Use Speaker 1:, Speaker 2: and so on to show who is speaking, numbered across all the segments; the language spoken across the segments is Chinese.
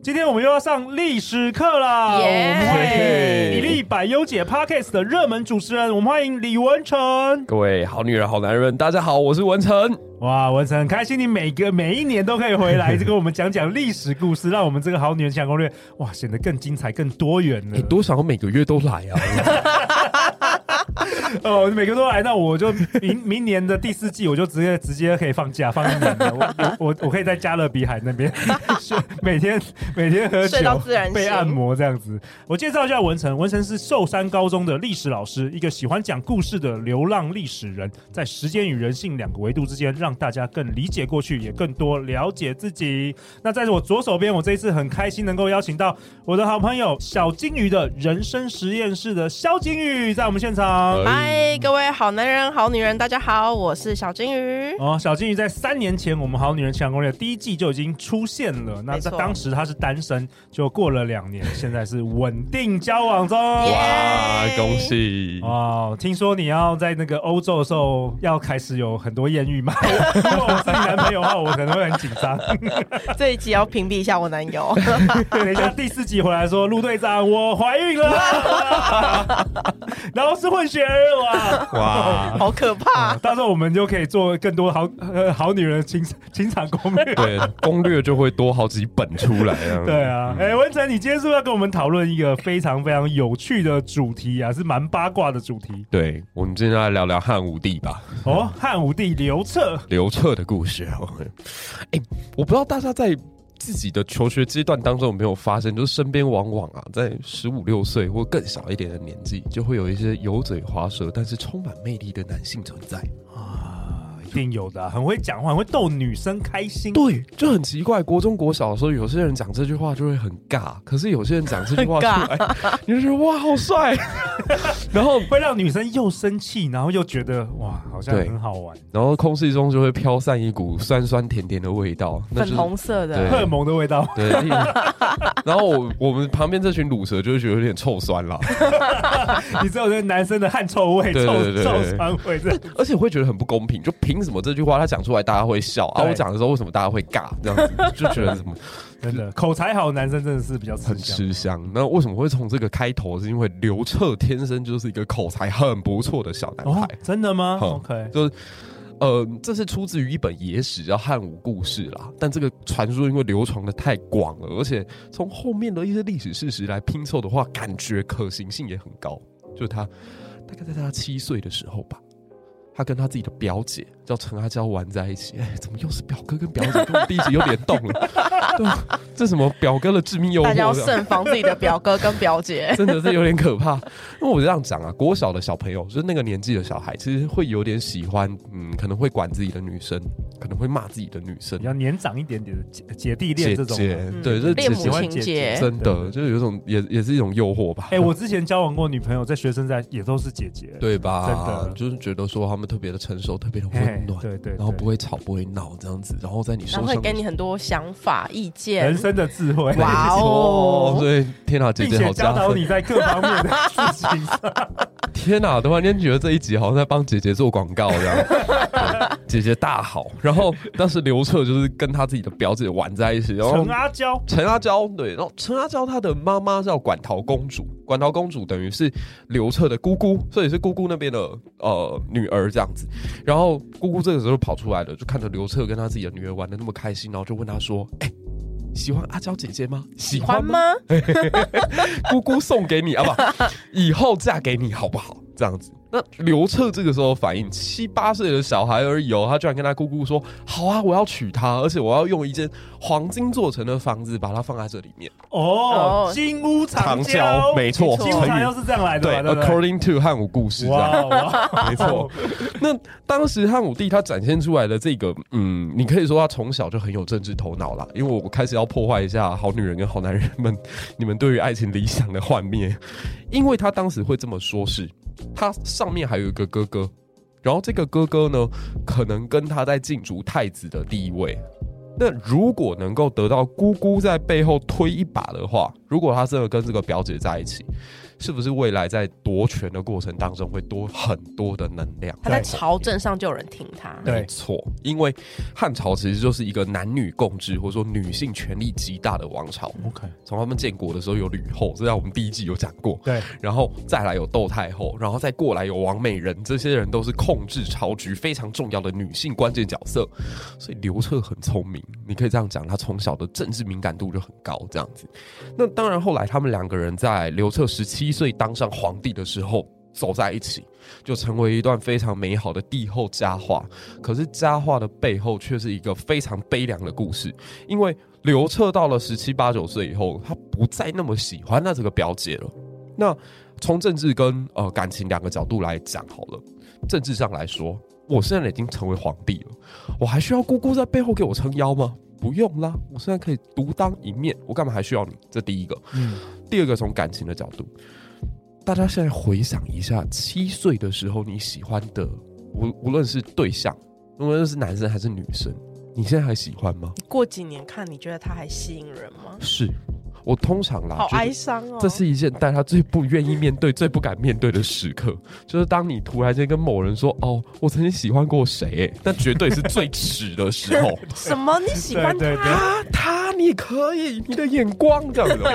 Speaker 1: 今天我们又要上历史课啦！
Speaker 2: 耶
Speaker 1: 我们欢迎比利百优姐 Podcast 的热门主持人，我们欢迎李文成。
Speaker 2: 各位好女人、好男人，大家好，我是文成。
Speaker 1: 哇，文成，很开心你每个每一年都可以回来，跟我们讲讲历史故事，让我们这个好女人强攻略哇显得更精彩、更多元了。
Speaker 2: 你、多少每个月都来 啊？
Speaker 1: 哦，每个都来，那我就明明年的第四季，我就直接直接可以放假放一年了。我我我我可以在加勒比海那 边睡，每天每天喝酒
Speaker 3: 睡到自然醒
Speaker 1: 被按摩这样子。我介绍一下文成，文成是寿山高中的历史老师，一个喜欢讲故事的流浪历史人，在时间与人性两个维度之间，让大家更理解过去，也更多了解自己。那在我左手边，我这一次很开心能够邀请到我的好朋友小金鱼的人生实验室的肖金鱼，在我们现场。
Speaker 2: 哎
Speaker 3: 嗨，各位好男人、好女人，大家好，我是小金鱼。
Speaker 1: 哦，小金鱼在三年前我们《好女人情感攻略》第一季就已经出现了。那
Speaker 3: 没
Speaker 1: 在
Speaker 3: 错
Speaker 1: 当时她是单身，就过了两年，现在是稳定交往 中。
Speaker 2: 哇，啊恭喜！
Speaker 1: 哦，听说你要在那个欧洲的时候要开始有很多艳遇 吗？如果我是你男朋友的话，我可能会很紧张。
Speaker 3: 这一集要屏蔽一下我 男友，
Speaker 1: 等一下第四集回来说，陆队长，我怀孕 了，然后是混血儿哇！哦
Speaker 2: 哇，
Speaker 3: 好可怕！
Speaker 2: 哦
Speaker 1: 到时候我们就可以做更多好呃好女人的情情场攻略。
Speaker 2: 对，攻略就会多好几本出来 啊。
Speaker 1: 对，啊，哎、文成，你今天是不是要跟我们讨论一个非常非常有趣的主题啊？是蛮八卦的主题
Speaker 2: 对，我们今天来聊聊汉武帝吧，
Speaker 1: 哦。汉武帝刘彻，
Speaker 2: 刘彻的故事 哦。哎、我不知道大家在。自己的求学阶段当中有没有发现，就是身边往往啊，在十五六岁或更小一点的年纪，就会有一些油嘴滑舌但是充满魅力的男性存在。
Speaker 1: 一定有的啊、很会讲话，很会逗女生开心。
Speaker 2: 对，就很奇怪。国中、国小的时候，有些人讲这句话就会很尬，可是有些人讲这句话出来， 你就觉得哇，好帅。然后，
Speaker 1: 会让女生又生气，然后又觉得哇，好像
Speaker 2: 对
Speaker 1: 很好玩，
Speaker 2: 然后空气中就会飘散一股酸酸甜甜的味道，那就是
Speaker 3: 粉红色的
Speaker 2: 对
Speaker 1: 荷尔蒙的味 道。
Speaker 2: 对，然后我我们旁边这群乳蛇就会觉得有点臭酸啦，
Speaker 1: 你知道那个男生的汗臭味、
Speaker 2: 对
Speaker 1: 臭
Speaker 2: 对对对
Speaker 1: 臭
Speaker 2: 对
Speaker 1: 酸味，这
Speaker 2: 而且会觉得很不公平，就凭什么这句话他讲出来大家会笑啊？
Speaker 1: 对
Speaker 2: 我讲的时候为什么大家会尬？这样子就觉得怎么
Speaker 1: 真的口才好的男生真 的是比较吃
Speaker 2: 很
Speaker 1: 香。
Speaker 2: 吃香。那为什么会从这个开头？是因为刘彻天生就是一个口才很不错的小男孩
Speaker 1: 哦。，真的吗
Speaker 2: 哼
Speaker 1: ？OK，
Speaker 2: 就是。呃，这是出自于一本野史，叫《汉武故事》啦。但这个传说因为流传的太广了，而且从后面的一些历史事实来拼凑的话，感觉可行性也很高。就是他大概在他七岁的时候吧，他跟他自己的表姐叫陈阿娇玩在一起。哎，怎么又是表哥跟表姐？跟我们第一集有点动了， 对啊，这什么表哥的致命诱惑？啊
Speaker 3: 大家要
Speaker 2: 这样。
Speaker 3: 慎防自己的表哥跟表姐
Speaker 2: 真的是有点可怕。因为我这样讲啊，国小的小朋友，就是那个年纪的小孩，其实会有点喜欢，嗯，可能会管自己的女生，可能会骂自己的女生
Speaker 1: 比，较年长一点点的姐姐弟
Speaker 2: 姐
Speaker 1: 恋这种啊的。
Speaker 2: 姐，
Speaker 3: 嗯
Speaker 2: 对，就是姐
Speaker 3: 恋
Speaker 2: 姐
Speaker 3: 母
Speaker 2: 会
Speaker 3: 情节，
Speaker 2: 真的，就是有一种也也是一种诱惑吧，
Speaker 1: 哎、我之前交往过女朋友，在学生在也都是姐姐。
Speaker 2: 对
Speaker 1: 真
Speaker 2: 吧
Speaker 1: 的？
Speaker 2: 就是觉得说他们特别的成熟，特别的
Speaker 1: 嘿，
Speaker 2: 温暖，
Speaker 1: 对对，
Speaker 2: 然后不
Speaker 1: 会
Speaker 2: 会吵，不会闹这样子，然后在你
Speaker 3: 然
Speaker 2: 受
Speaker 3: 后
Speaker 2: 伤
Speaker 3: 会
Speaker 2: 的
Speaker 3: 给你
Speaker 2: 时
Speaker 3: 很多想法、意见。
Speaker 1: 人生的智慧。
Speaker 2: 候。
Speaker 3: 哇哦
Speaker 2: 没错对，天哪，姐
Speaker 1: 并
Speaker 2: 姐
Speaker 1: 且
Speaker 2: 好
Speaker 1: 教
Speaker 2: 加
Speaker 1: 导
Speaker 2: 分！
Speaker 1: 你在各方面的事情 上。
Speaker 2: 天哪，突然间觉得这一集好像在帮姐姐做广告 这样。对姐姐大好，然后当时刘彻就是跟他自己的表姐玩在一起，然后
Speaker 1: 陈阿娇，
Speaker 2: 陈阿娇对，然后陈阿娇她的妈妈叫馆陶公主，馆陶公主等于是刘彻的姑姑，所以是姑姑那边的呃女儿这样子。然后姑姑这个时候跑出来了，就看着刘彻跟他自己的女儿玩的那么开心，然后就问他说：“哎、喜欢阿娇姐姐吗？喜
Speaker 3: 喜欢？吗？
Speaker 2: 姑姑送给你啊，不，以后嫁给你好不好？”这样子，那刘彻这个时候反应，七八岁的小孩而已哦，他居然跟他姑姑说：“好啊，我要娶她，而且我要用一间黄金做成的房子把它放在这里面。
Speaker 1: 哦，
Speaker 3: 哦
Speaker 1: 金屋藏
Speaker 2: 娇，没错，
Speaker 3: 没错
Speaker 1: 金屋藏
Speaker 2: 成
Speaker 1: 娇
Speaker 2: 语
Speaker 1: 是这样来的
Speaker 2: 对
Speaker 1: 吧？对啊不对？
Speaker 2: ，according to 汉武故事这样。
Speaker 1: 哇哦哇，
Speaker 2: 没错。 那当时汉武帝他展现出来的这个，嗯，你可以说他从小就很有政治头脑啦。因为我开始要破坏一下好女人跟好男人们你们对于爱情理想的幻灭，因为他当时会这么说是，他上面还有一个哥哥。然后这个哥哥呢，可能跟他在竞逐太子的地位。那如果能够得到姑姑在背后推一把的话，如果他真的跟这个表姐在一起，是不是未来在夺权的过程当中会多很多的能量？
Speaker 3: 他在朝政上就有人听他。
Speaker 1: 对
Speaker 2: 没错，因为汉朝其实就是一个男女共治或者说女性权力极大的王朝。
Speaker 1: ，OK，
Speaker 2: 从他们建国的时候有吕后，这在我们第一季有讲过，
Speaker 1: 对，
Speaker 2: 然后再来有窦太后，然后再过来有王美人，这些人都是控制朝局非常重要的女性关键角色。所以刘彻很聪明，你可以这样讲，他从小的政治敏感度就很高，这样子。那当然，后来他们两个人在刘彻十七岁当上皇帝的时候。走在一起，就成为一段非常美好的帝后佳话。可是佳话的背后却是一个非常悲凉的故事，因为刘彻到了十七八九岁以后，他不再那么喜欢那这个表姐了。那从政治跟呃感情两个角度来讲好了，政治上来说，我现在已经成为皇帝了，我还需要姑姑在背后给我撑腰吗？不用啦，我现在可以独当一面，我干嘛还需要你？这第一个。
Speaker 1: 嗯，
Speaker 2: 第二个，从感情的角度，大家现在回想一下，七岁的时候你喜欢的，无无论是对象，无论是男生还是女生，你现在还喜欢吗？
Speaker 3: 过几年看，你觉得他还吸引人吗？
Speaker 2: 是我通常啦，
Speaker 3: 好
Speaker 2: 觉得
Speaker 3: 哀伤哦。
Speaker 2: 啊这是一件大家最不愿意面对、 最不敢面对的时刻，就是当你突然间跟某人说：“哦，我曾经喜欢过谁、欸”，那绝对是最迟的时候。
Speaker 3: 什么？你 喜欢
Speaker 1: 对
Speaker 3: 他？
Speaker 1: 对对
Speaker 2: 啊，他你可以，你的眼光这样子。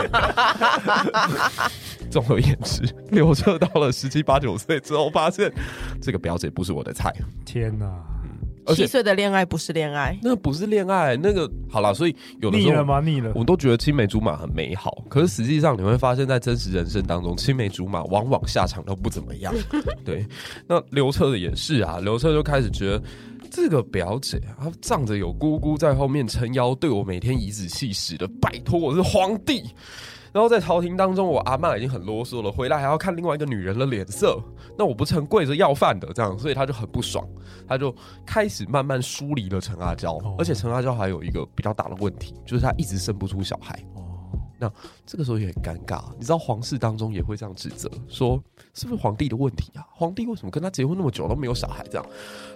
Speaker 2: 总而言之，刘彻到了十七八九岁之后，发现这个表姐不是我的菜，
Speaker 1: 天哪，
Speaker 2: 而
Speaker 3: 七
Speaker 2: 且
Speaker 3: 岁的恋爱不是恋爱，
Speaker 2: 那不是恋爱，那个好了，所以有的
Speaker 1: 腻
Speaker 2: 时候
Speaker 1: 了吗？腻了
Speaker 2: 我，们都觉得青梅竹马很美好，可是实际上你会发现在真实人生当中，青梅竹马往往下场都不怎么样。 对，那刘彻的也是啊，刘彻就开始觉得这个表姐啊她仗着有姑姑在后面撑腰，对我每天颐指气使的，拜托我是皇帝。然后在朝廷当中，我阿嬷已经很啰嗦了，回来还要看另外一个女人的脸色，那我不成跪着要饭的这样，所以他就很不爽，他就开始慢慢疏离了陈阿娇，
Speaker 1: 哦
Speaker 2: 而且陈阿娇还有一个比较大的问题，就是她一直生不出小孩。那这个时候也很尴尬，啊你知道皇室当中也会这样指责，说是不是皇帝的问题啊？皇帝为什么跟他结婚那么久都没有小孩这样？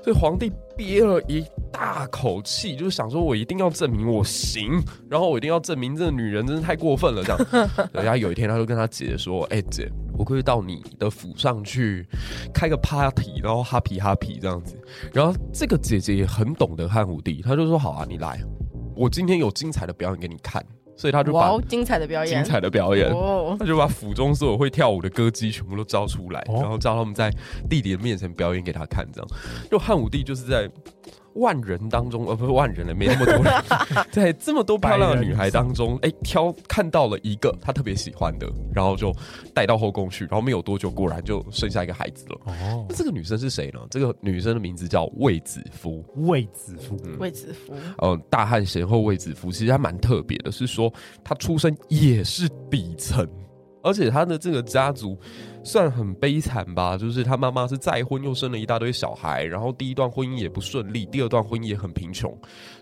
Speaker 2: 所以皇帝憋了一大口气，就是想说我一定要证明我行，然后我一定要证明这个女人真是太过分了这样。人家有一天他就跟他姐说：“哎、姐，我可以到你的府上去开个 party，然后哈皮哈皮这样子。”然后这个姐姐也很懂得汉武帝，她就说：“好啊，你来，我今天有精彩的表演给你看。”所以他就
Speaker 3: 哇
Speaker 2: 把
Speaker 3: 哦，精彩的表
Speaker 2: 精
Speaker 3: 演，
Speaker 2: 彩的表演。
Speaker 3: 哦，
Speaker 2: 他就把府中所有会跳舞的歌姬全部都招出来，
Speaker 1: 哦
Speaker 2: 然后叫他们在弟弟的面前表演给他看，这样。就汉武帝就是在万人当中，呃，不是万人了，没那么多人，在这么多漂亮的女孩当中，哎、挑看到了一个他特别喜欢的，然后就带到后宫去，然后没有多久，果然就生下一个孩子了。
Speaker 1: 哦，
Speaker 2: 这个女生是谁呢？这个女生的名字叫卫子夫。
Speaker 1: 卫子夫，
Speaker 2: 嗯
Speaker 3: 卫子夫，
Speaker 2: 呃，大汉贤后卫子夫，其实还蛮特别的，是说他出身也是底层，而且他的这个家族算很悲惨吧，就是他妈妈是再婚又生了一大堆小孩，然后第一段婚姻也不顺利，第二段婚姻也很贫穷，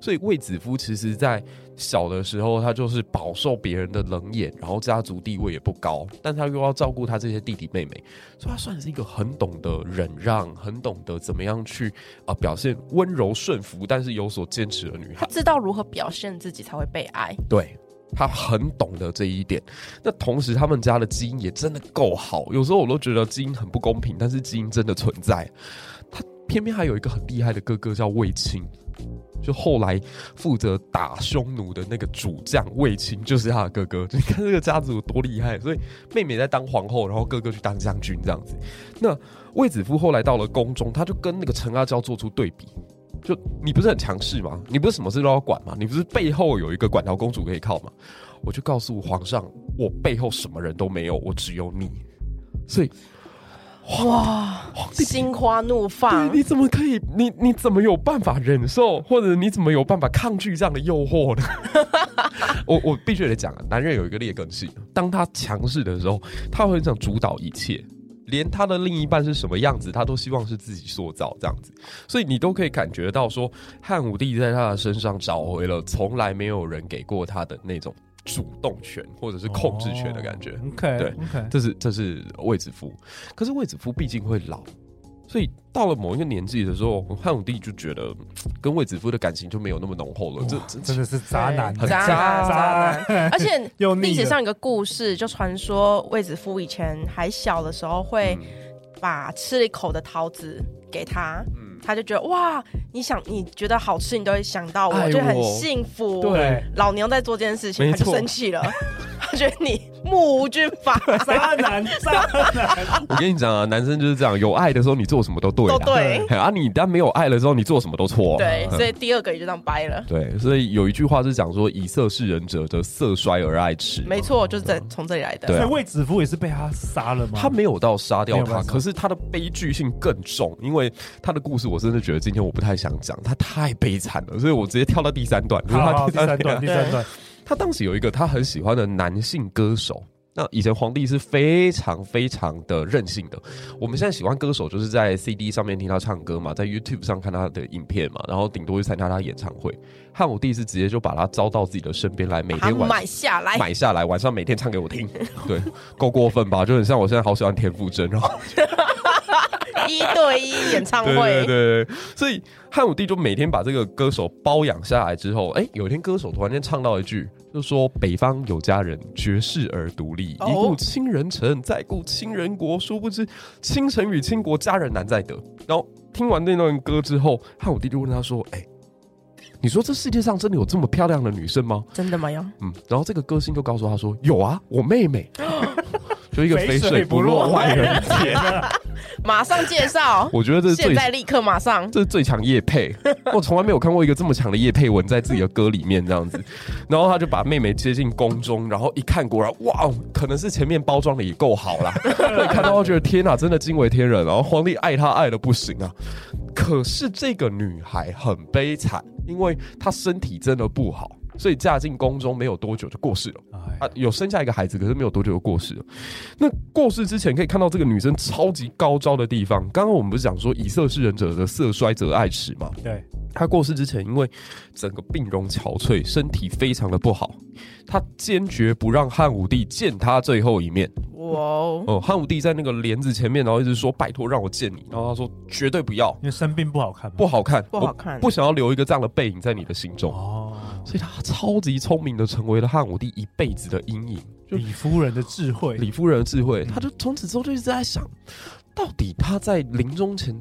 Speaker 2: 所以卫子夫其实在小的时候他就是饱受别人的冷眼，然后家族地位也不高，但他又要照顾他这些弟弟妹妹，所以他算是一个很懂得忍让，很懂得怎么样去啊、呃表现温柔顺服，但是有所坚持的女孩
Speaker 3: 他。知道如何表现自己才会被爱。
Speaker 2: 对。他很懂得这一点，那同时他们家的基因也真的够好，有时候我都觉得基因很不公平，但是基因真的存在。他偏偏还有一个很厉害的哥哥叫卫青，就后来负责打匈奴的那个主将卫青就是他的哥哥。 你看这个家族有多厉害，所以妹妹在当皇后，然后哥哥去当将军这样子。那卫子夫后来到了宫中，他就跟那个陈阿娇做出对比，就你不是很强势吗？你不是什么事都要管吗？你不是背后有一个管桃公主可以靠吗？我就告诉皇上，我背后什么人都没有，我只有你。所以
Speaker 3: 哇，
Speaker 2: 哦
Speaker 3: 心花怒放
Speaker 2: 对，，你怎么可以？你你怎么有办法忍受，或者你怎么有办法抗拒这样的诱惑呢？我我必须得讲啊，男人有一个劣根性，当他强势的时候，他会很想主导一切。连他的另一半是什么样子，他都希望是自己塑造这样子，所以你都可以感觉到说，汉武帝在他的身上找回了从来没有人给过他的那种主动权或者是控制权的感觉。
Speaker 1: 哦 OK，
Speaker 2: 对
Speaker 1: OK，
Speaker 2: 这是这是卫子夫，可是卫子夫毕竟会老，所以到了某一个年纪的时候，汉武帝就觉得跟卫子夫的感情就没有那么浓厚了。这这
Speaker 1: 真的是渣男，
Speaker 3: 对渣
Speaker 2: 渣
Speaker 3: 男，渣男。 而且
Speaker 1: 又腻了
Speaker 3: 历史上有个故事，就传说卫子夫以前还小的时候，会把吃了一口的桃子给他，
Speaker 2: 嗯
Speaker 3: 他就觉得哇，你想你觉得好吃，你都会想到
Speaker 2: 爱
Speaker 3: 我，就很
Speaker 2: 我
Speaker 3: 幸福。
Speaker 1: 对，
Speaker 3: 老娘在做这件事情，
Speaker 2: 没
Speaker 3: 他就
Speaker 2: 错
Speaker 3: 生气了， 他觉得你目无军 法，
Speaker 1: 渣男，渣男，
Speaker 2: 我跟你讲啊，男生就是这样，有爱的时候你做什么都对
Speaker 3: 都
Speaker 2: 啦，
Speaker 3: 对。
Speaker 2: 嘿啊，你但没有爱了之后，你做什么都错。
Speaker 3: 对，
Speaker 2: 嗯
Speaker 3: 所以第二个也就这样掰了。
Speaker 2: 对，所以有一句话是讲说，以色示人者，则色衰而爱弛。
Speaker 3: 没错，就是这从这里来的。
Speaker 2: 对啊
Speaker 1: 所以卫子夫也是被他杀了吗？
Speaker 2: 他没有到杀掉
Speaker 1: 没有办
Speaker 2: 他，
Speaker 1: 法
Speaker 2: 可是他的悲剧性更重，因为他的故事我真的觉得今天我不太想讲，他太悲惨了，所以我直接跳到第三段。就是
Speaker 1: 好
Speaker 2: 他 啊
Speaker 1: 好，第三段，第
Speaker 3: 对
Speaker 1: 三段，
Speaker 2: 他当时有一个他很喜欢的男性歌手。那以前皇帝是非常非常的任性的，我们现在喜欢歌手就是在 CD 上面听他唱歌嘛，在 YouTube 上看他的影片嘛，然后顶多去参加他演唱会。汉武帝是直接就把他招到自己的身边来，每
Speaker 3: 把它
Speaker 2: 天晚
Speaker 3: 买下来，
Speaker 2: 买下来，晚上每天唱给我听，对，够过分吧？就很像我现在好喜欢田馥甄，然后
Speaker 3: 一对一演唱
Speaker 2: 对对
Speaker 3: 会，
Speaker 2: 对对，所以汉武帝就每天把这个歌手包养下来之后，哎，有一天歌手突然间唱到一句，就说“北方有佳人，绝世而独立，
Speaker 3: 哦
Speaker 2: 一顾倾人城，再顾倾人国。殊不知，倾城与倾国，佳人难再得。”然后听完那段歌之后，汉武帝就问他说：“哎，你说这世界上真的有这么漂亮的女生吗
Speaker 3: 真的吗？哟，？”
Speaker 2: 嗯，然后这个歌星就告诉他说：“有啊，我妹妹。” 就一个
Speaker 1: 肥
Speaker 2: 肥
Speaker 1: 水
Speaker 2: 水
Speaker 1: 不
Speaker 2: 不
Speaker 1: 落
Speaker 2: 落外人
Speaker 1: 天
Speaker 2: 田。，
Speaker 1: 啊
Speaker 3: 马上介绍
Speaker 2: 我觉得这是最
Speaker 3: 现在立刻马上。
Speaker 2: 这是最强叶配，我从来没有看过一个这么强的叶配文在自己的歌里面这样子。然后他就把妹妹接进宫中，然后一看，果然哇，哦，可能是前面包装的也够好啦，对，看到觉得天哪、真的惊为天人。然后皇帝爱她爱的不行啊，可是这个女孩很悲惨，因为她身体真的不好，所以嫁进宫中没有多久就过世了。
Speaker 1: 哎
Speaker 2: 啊，有生下一个孩子，可是没有多久就过世了。那过世之前可以看到这个女生超级高招的地方。刚刚我们不是讲说以色示人者的色衰则爱弛嘛？
Speaker 1: 对，
Speaker 2: 她过世之前，因为整个病容憔悴，身体非常的不好，她坚决不让汉武帝见她最后一面。
Speaker 3: 哇哦，
Speaker 2: 哦、汉武帝在那个帘子前面，然后一直说拜托让我见你，然后他说绝对不要，
Speaker 1: 因为生病不好看嘛，
Speaker 2: 不好看，
Speaker 3: 不好看
Speaker 2: 我不想要留一个这样的背影在你的心中。
Speaker 1: 哦，
Speaker 2: 所以她超级聪明的成为了汉武帝一辈子的阴影。就
Speaker 1: 李夫人的智慧，
Speaker 2: 李夫人的智慧，
Speaker 3: 嗯
Speaker 2: 她就从此之后就一直在想，到底她在临终前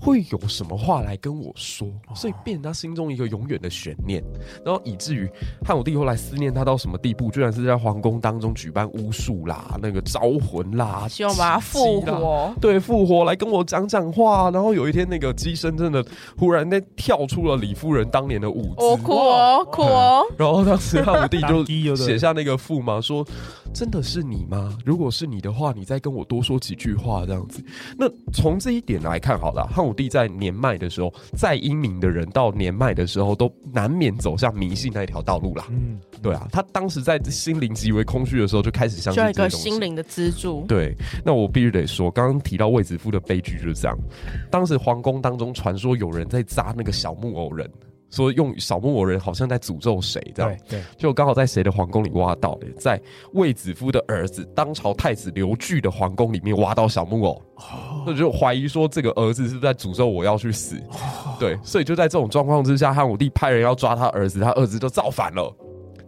Speaker 2: 会有什么话来跟我说，
Speaker 3: 哦
Speaker 2: 所以变成她心中一个永远的悬念，然后以至于汉武帝后来思念她到什么地步，居然是在皇宫当中举办巫术啦，那个招魂啦，
Speaker 3: 希望把它复
Speaker 2: 奇迹啦。
Speaker 3: 活。
Speaker 2: 对，复活来跟我讲讲话。然后有一天，那个机身真的忽然间跳出了李夫人当年的舞姿，
Speaker 3: 哦，哭哦，哭哦，
Speaker 2: 然后当时汉武帝
Speaker 1: 当机有
Speaker 2: 就
Speaker 1: 的
Speaker 2: 写下那个赋嘛，说真的是你吗？如果是你的话，你再跟我多说几句话这样子。那从这一点来看，好了，汉武帝在年迈的时候，再英明的人到年迈的时候，都难免走向迷信那条道路啦。
Speaker 1: 嗯，
Speaker 2: 对啊，他当时在心灵极为空虚的啊时候，就开嗯始相
Speaker 3: 需
Speaker 2: 信
Speaker 3: 要一
Speaker 2: 这些
Speaker 3: 个
Speaker 2: 东西
Speaker 3: 心灵的支柱。
Speaker 2: 对，那我必须得说，刚刚提到卫子夫的悲剧就是这样。当时皇宫当中传说有人在扎那个小木偶人，说用小木偶人好像在诅咒谁这样
Speaker 1: 对。对，
Speaker 2: 就刚好在谁的皇宫里挖到的，在卫子夫的儿子当朝太子刘据的皇宫里面挖到小木偶，
Speaker 1: 哦
Speaker 2: 那、就怀疑说这个儿子是不是在诅咒我要去死。
Speaker 1: 哦
Speaker 2: 对，所以就在这种状况之下，汉武帝派人要抓他儿子，他儿子就造反了。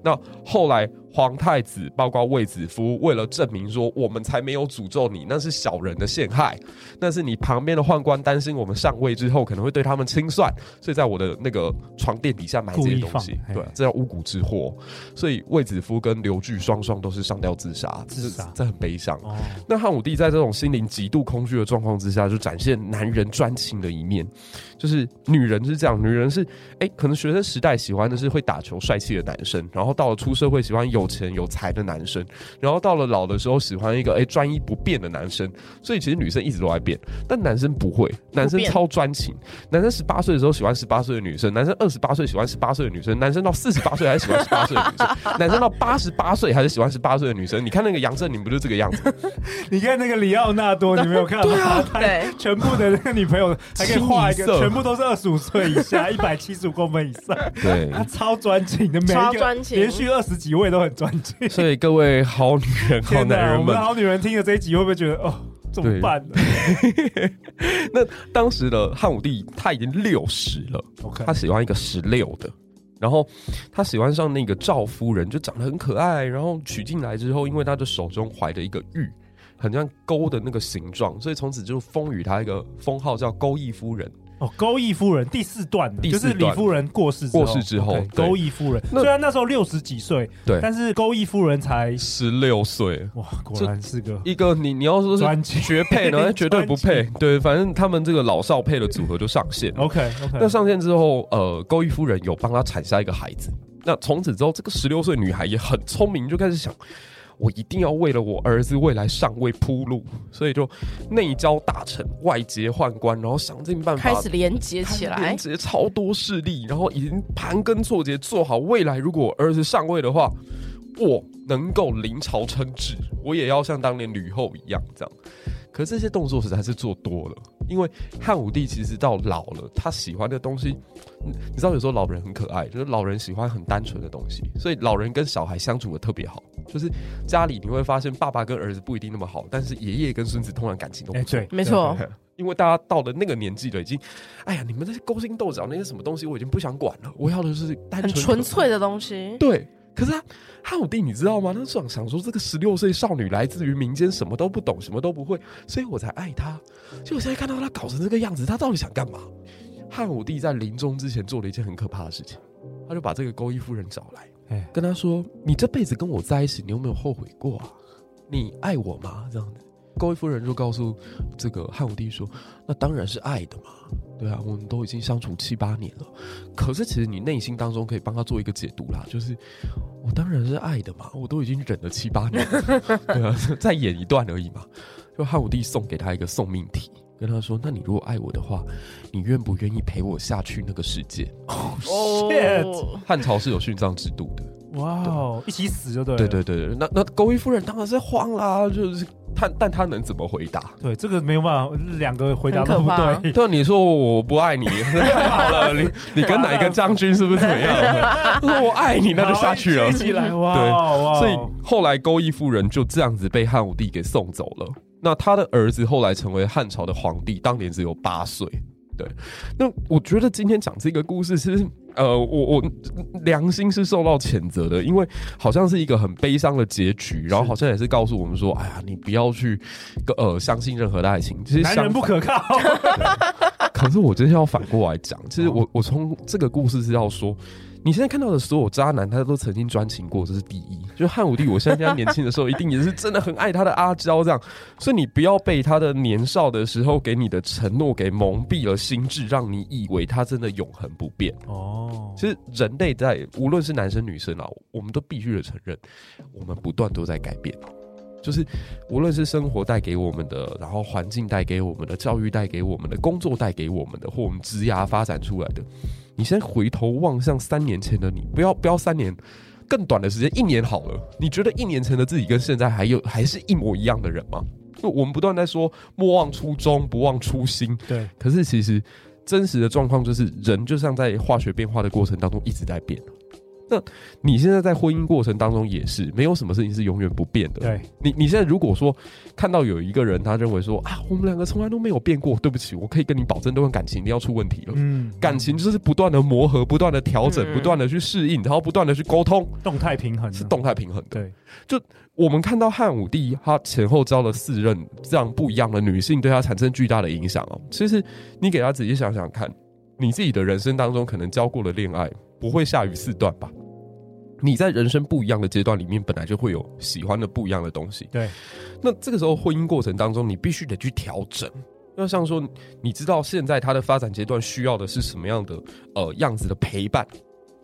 Speaker 2: 那后来皇太子包括卫子夫，为了证明说我们才没有诅咒你，那是小人的陷害，那是你旁边的宦官担心我们上位之后可能会对他们清算，所以在我的那个床垫底下埋这些东
Speaker 1: 故意
Speaker 2: 西
Speaker 1: 放，哎
Speaker 2: 对
Speaker 1: 嘿，
Speaker 2: 这叫巫蛊之祸。所以卫子夫跟刘据双双都是上吊自杀，
Speaker 1: 自杀
Speaker 2: 这这很悲伤。啊
Speaker 1: 哦，
Speaker 2: 那汉武帝在这种心灵极度空虚的状况之下，就展现男人专情的一面，就是女人是这样，女人是哎、诶可能学生时代喜欢的是会打球帅气的男生，然后到了出社会喜欢有有钱有才的男生，然后到了老的时候喜欢一个哎专一不变的男生，所以其实女生一直都在变，但男生不会，男生
Speaker 3: 不变
Speaker 2: 超专情，男生十八岁的时候喜欢十八岁的女生，男生二十八岁喜欢十八岁的女生，男生到四十八岁还是喜欢十八岁的女生，男生到八十八岁还是喜欢十八岁的女生。你看那个杨振宁不就这个样子？
Speaker 1: 你看那个里奥纳多，你没有看到吗？他
Speaker 3: 对
Speaker 1: 全部的那个女朋友还可以画一
Speaker 2: 清一
Speaker 1: 个，
Speaker 2: 啊色
Speaker 1: 全部都是二十五岁以 下，一百七十五公分以上，
Speaker 2: 对
Speaker 1: 他超专情的，每
Speaker 3: 超
Speaker 1: 一个
Speaker 3: 专情，
Speaker 1: 连续二十几位都很专情。
Speaker 2: 所以各位好女人、好
Speaker 1: 天哪
Speaker 2: 男人
Speaker 1: 我
Speaker 2: 们
Speaker 1: 们，好女人听了这一集会不会觉得哦，怎么
Speaker 2: 对
Speaker 1: 办呢
Speaker 2: 那当时的汉武帝他已经六十了，
Speaker 1: ？OK，
Speaker 2: 他喜欢一个十六的，然后他喜欢上那个赵夫人，就长得很可爱。然后娶进来之后，因为他的手中怀着一个玉，很像钩的那个形状，所以从此就封予他一个封号叫钩弋夫人。
Speaker 1: 哦，勾弋夫人第四段呢，
Speaker 2: 第
Speaker 1: 就
Speaker 2: 四
Speaker 1: 是
Speaker 2: 段
Speaker 1: 李夫人过世之后
Speaker 2: 过世之后
Speaker 1: OK，
Speaker 2: 对
Speaker 1: 勾弋夫人
Speaker 2: 那
Speaker 1: 虽然那时候六十几岁，
Speaker 2: 对
Speaker 1: 但是勾弋夫人才
Speaker 2: 十六岁，
Speaker 1: 哇，果然是个
Speaker 2: 一个你你要说是
Speaker 1: 专情。
Speaker 2: 绝配呢，绝对不配。对，反正他们这个老少配的组合就上线了。
Speaker 1: OK OK，
Speaker 2: 那上线之后，呃，勾弋夫人有帮他产下一个孩子。那从此之后，这个十六岁女孩也很聪明，就开始想，我一定要为了我儿子未来上位铺路，所以就内交大臣，外结宦官，然后想尽办法
Speaker 3: 开始连接起
Speaker 2: 他
Speaker 3: 来
Speaker 2: 连，接超多势力，然后已经盘根错节，做好未来如果我儿子上位的话，我能够临朝称制，我也要像当年吕后一样这样。可是这些动作实在是做多了，因为汉武帝其实到老了，他喜欢的东西，嗯你知道有时候老人很可爱，就是老人喜欢很单纯的东西，所以老人跟小孩相处的特别好。就是家里你会发现，爸爸跟儿子不一定那么好，但是爷爷跟孙子通常感情都不
Speaker 1: 哎
Speaker 2: 错。
Speaker 1: 对，
Speaker 3: 没错，
Speaker 2: 因为大家到了那个年纪了，已经，哎呀，你们那些勾心斗角那些什么东西，我已经不想管了。我要的是单
Speaker 3: 很
Speaker 2: 纯
Speaker 3: 纯粹的东西。
Speaker 2: 对。可是他汉武帝，你知道吗？他想想说，这个十六岁少女来自于民间，什么都不懂，什么都不会，所以我才哎爱她。结果现在看到她搞成这个样子，她到底想干嘛？汉武帝在临终之前做了一件很可怕的事情，他就把这个勾弋夫人找来，
Speaker 1: 哎
Speaker 2: 跟她说：“你这辈子跟我在一起，你有没有后悔过啊？你爱我吗？”这样子，勾弋夫人就告诉这个汉武帝说：“那当然是爱的嘛，对啊，我们都已经相处七八年了。可是其实你内心当中可以帮他做一个解读啦，就是我当然是爱的嘛，我都已经忍了七八年了， 对啊，再演一段而已嘛。就汉武帝送给他一个送命题，跟他说：“那你如果爱我的话，你愿不愿意陪我下去那个世界
Speaker 1: ，shit
Speaker 3: 哦，？”
Speaker 2: 汉朝是有殉葬制度的，
Speaker 1: 哇哦，一起死就对了，
Speaker 2: 对对对对。那那勾弋夫人当然是慌啦，就是他，但他能怎么回答？
Speaker 1: 对，这个没有办法，两个回答都
Speaker 3: 很
Speaker 1: 不
Speaker 3: 可怕
Speaker 1: 对。
Speaker 2: 对，你说我不爱你， 好了，你你跟哪一个将军是不是怎么样？ 他说我爱你，那就下去了
Speaker 1: 好一。起 来哇
Speaker 2: 对
Speaker 1: 哦！哇哦
Speaker 2: 所以后来勾弋夫人就这样子被汉武帝给送走了。那他的儿子后来成为汉朝的皇帝，当年只有八岁。对，那我觉得今天讲这个故事，其实呃，我我良心是受到谴责的，因为好像是一个很悲伤的结局，然后好像也是告诉我们说，哎呀，你不要去呃相信任何的爱情，其实
Speaker 1: 男人
Speaker 2: 相
Speaker 1: 不可 靠，
Speaker 2: 可是我真的要反过来讲，其实我我从这个故事是要说，你现在看到的所有渣男，他都曾经专情过，这是第一。就汉武帝，我相信他年轻的时候一定也是真的很爱他的阿娇这样，所以你不要被他的年少的时候给你的承诺给蒙蔽了心智，让你以为他真的永恒不变。
Speaker 1: 哦，
Speaker 2: 其实人类在无论是男生女生啊，我们都必须得承认，我们不断都在改变。就是无论是生活带给我们的，然后环境带给我们的，教育带给我们的，工作带给我们的，或我们职涯发展出来的，你先回头望向三年前的你，不要不要三年，更短的时间，一年好了。你觉得一年前的自己跟现在还有还是一模一样的人吗？就我们不断在说莫忘初衷，不忘初心，
Speaker 1: 对，
Speaker 2: 可是其实真实的状况就是，人就像在化学变化的过程当中一直在变。那你现在在婚姻过程当中也是，没有什么事情是永远不变的。
Speaker 1: 对，
Speaker 2: 你你现在如果说看到有一个人，他认为说啊，我们两个从来都没有变过，对不起，我可以跟你保证，这段感情一定要出问题了。
Speaker 1: 嗯，
Speaker 2: 感情就是不断的磨合，不断的调整，
Speaker 3: 嗯
Speaker 2: 不断的去适应，然后不断的去沟通，
Speaker 1: 动态平衡
Speaker 2: 是
Speaker 1: 呢
Speaker 2: 动态平衡的。
Speaker 1: 对，
Speaker 2: 我们看到汉武帝他前后招了四任这样不一样的女性，对他产生巨大的影响哦。其实你给他仔细想想看，你自己的人生当中可能交过的恋爱不会下于四段吧？你在人生不一样的阶段里面，本来就会有喜欢的不一样的东西。
Speaker 1: 对，
Speaker 2: 那这个时候婚姻过程当中，你必须得去调整。那像说，你知道现在他的发展阶段需要的是什么样的呃样子的陪伴？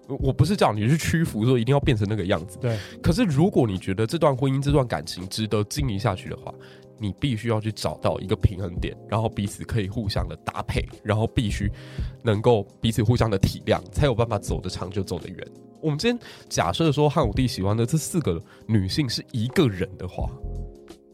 Speaker 2: 我不是叫你去屈服，说一定要变成那个样子。
Speaker 1: 对，
Speaker 2: 可是如果你觉得这段婚姻、这段感情值得经营下去的话，你必须要去找到一个平衡点，然后彼此可以互相的搭配，然后必须能够彼此互相的体谅，才有办法走得长久、走得远。我们今天假设说汉武帝喜欢的这四个女性是一个人的话，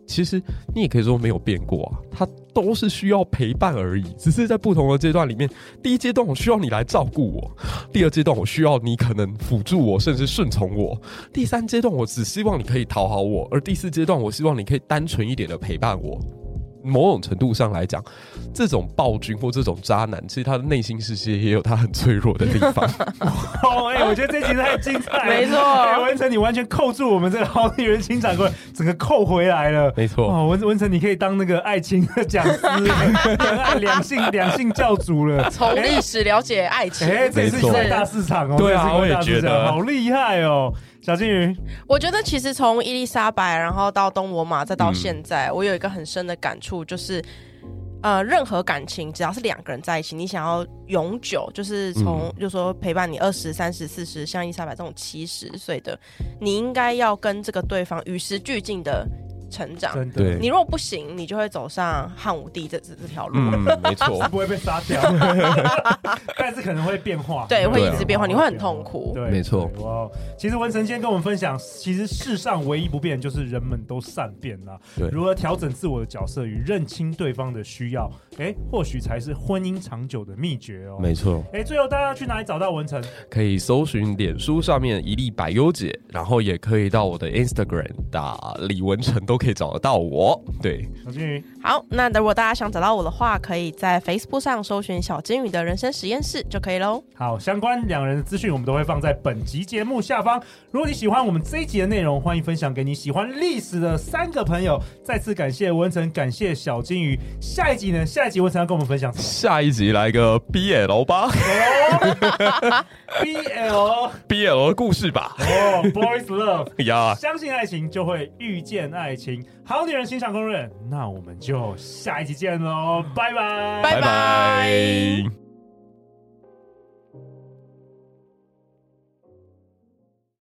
Speaker 2: 其实你也可以说没有变过啊，它都是需要陪伴而已，只是在不同的阶段里面，第一阶段我需要你来照顾我，第二阶段我需要你可能辅助我，甚至顺从我，第三阶段我只希望你可以讨好我，而第四阶段我希望你可以单纯一点的陪伴我。某种程度上来讲，这种暴君或这种渣男，其实他的内心世界也有他很脆弱的地方。
Speaker 1: 哦，哎，我觉得这集太精彩了，
Speaker 3: 没错
Speaker 1: 哎文成，你完全扣住我们这个好女人欣赏过来，整个扣回来了。
Speaker 2: 没错
Speaker 1: 哦，文文成，你可以当那个爱情的讲 师，两性两性教主了。
Speaker 3: 从历史了解爱情。
Speaker 1: 哎，这是一
Speaker 2: 没
Speaker 1: 块
Speaker 2: 错
Speaker 1: 大市场哦。
Speaker 2: 对啊
Speaker 1: 这是一块大
Speaker 2: 我也
Speaker 1: 市
Speaker 2: 觉
Speaker 1: 场
Speaker 2: 得
Speaker 1: 好厉害哦，小金鱼。
Speaker 3: 我觉得其实从伊丽莎白，然后到东罗马，再到现
Speaker 1: 嗯
Speaker 3: 在，我有一个很深的感触，就是呃，任何感情只要是两个人在一起，你想要永久，就是从、
Speaker 1: 嗯
Speaker 3: 就说陪伴你二十三十四十，像伊丽莎白这种七十岁的，你应该要跟这个对方与时俱进的成长。
Speaker 1: 真的，
Speaker 2: 对
Speaker 3: 你如果不行，你就会走上汉武帝这这这条路。
Speaker 2: 嗯，没错。
Speaker 1: 不会被杀 掉，但是可能会变化，
Speaker 3: 对
Speaker 2: 会一直
Speaker 3: 变化
Speaker 1: 对
Speaker 3: 你会很痛苦
Speaker 1: 对，
Speaker 2: 啊
Speaker 1: 啊
Speaker 2: 没错
Speaker 1: 对。哇，其实文成今天跟我们分享，其实世上唯一不变就是人们都善变啦、
Speaker 2: 对
Speaker 1: 如何调整自我的角色与认清对方的需要，哎，或许才是婚姻长久的秘诀哦。
Speaker 2: 没错，
Speaker 1: 哎，最后大家要去哪里找到文成？
Speaker 2: 可以搜寻脸书上面一粒百优姐，然后也可以到我的 Instagram 打李文成，都可以找得到我。对，
Speaker 1: 小金鱼，
Speaker 3: 好，那如果大家想找到我的话，可以在 Facebook 上搜寻“小金鱼的人生实验室”就可以喽。
Speaker 1: 好，相关两人的资讯我们都会放在本集节目下方。如果你喜欢我们这一集的内容，欢迎分享给你喜欢历史的三个朋友。再次感谢文成，感谢小金鱼。下一集呢？下一集文成要跟我们分享什么
Speaker 2: 下一集来个 BL 吧
Speaker 1: BL 哦
Speaker 2: ，BL 的故事吧。
Speaker 1: ，Boys Love，
Speaker 2: 呀，
Speaker 1: 相信爱情就会遇见爱情。好女人欣赏攻略，那我们就下一集见喽，拜拜，
Speaker 3: 拜
Speaker 2: 拜拜。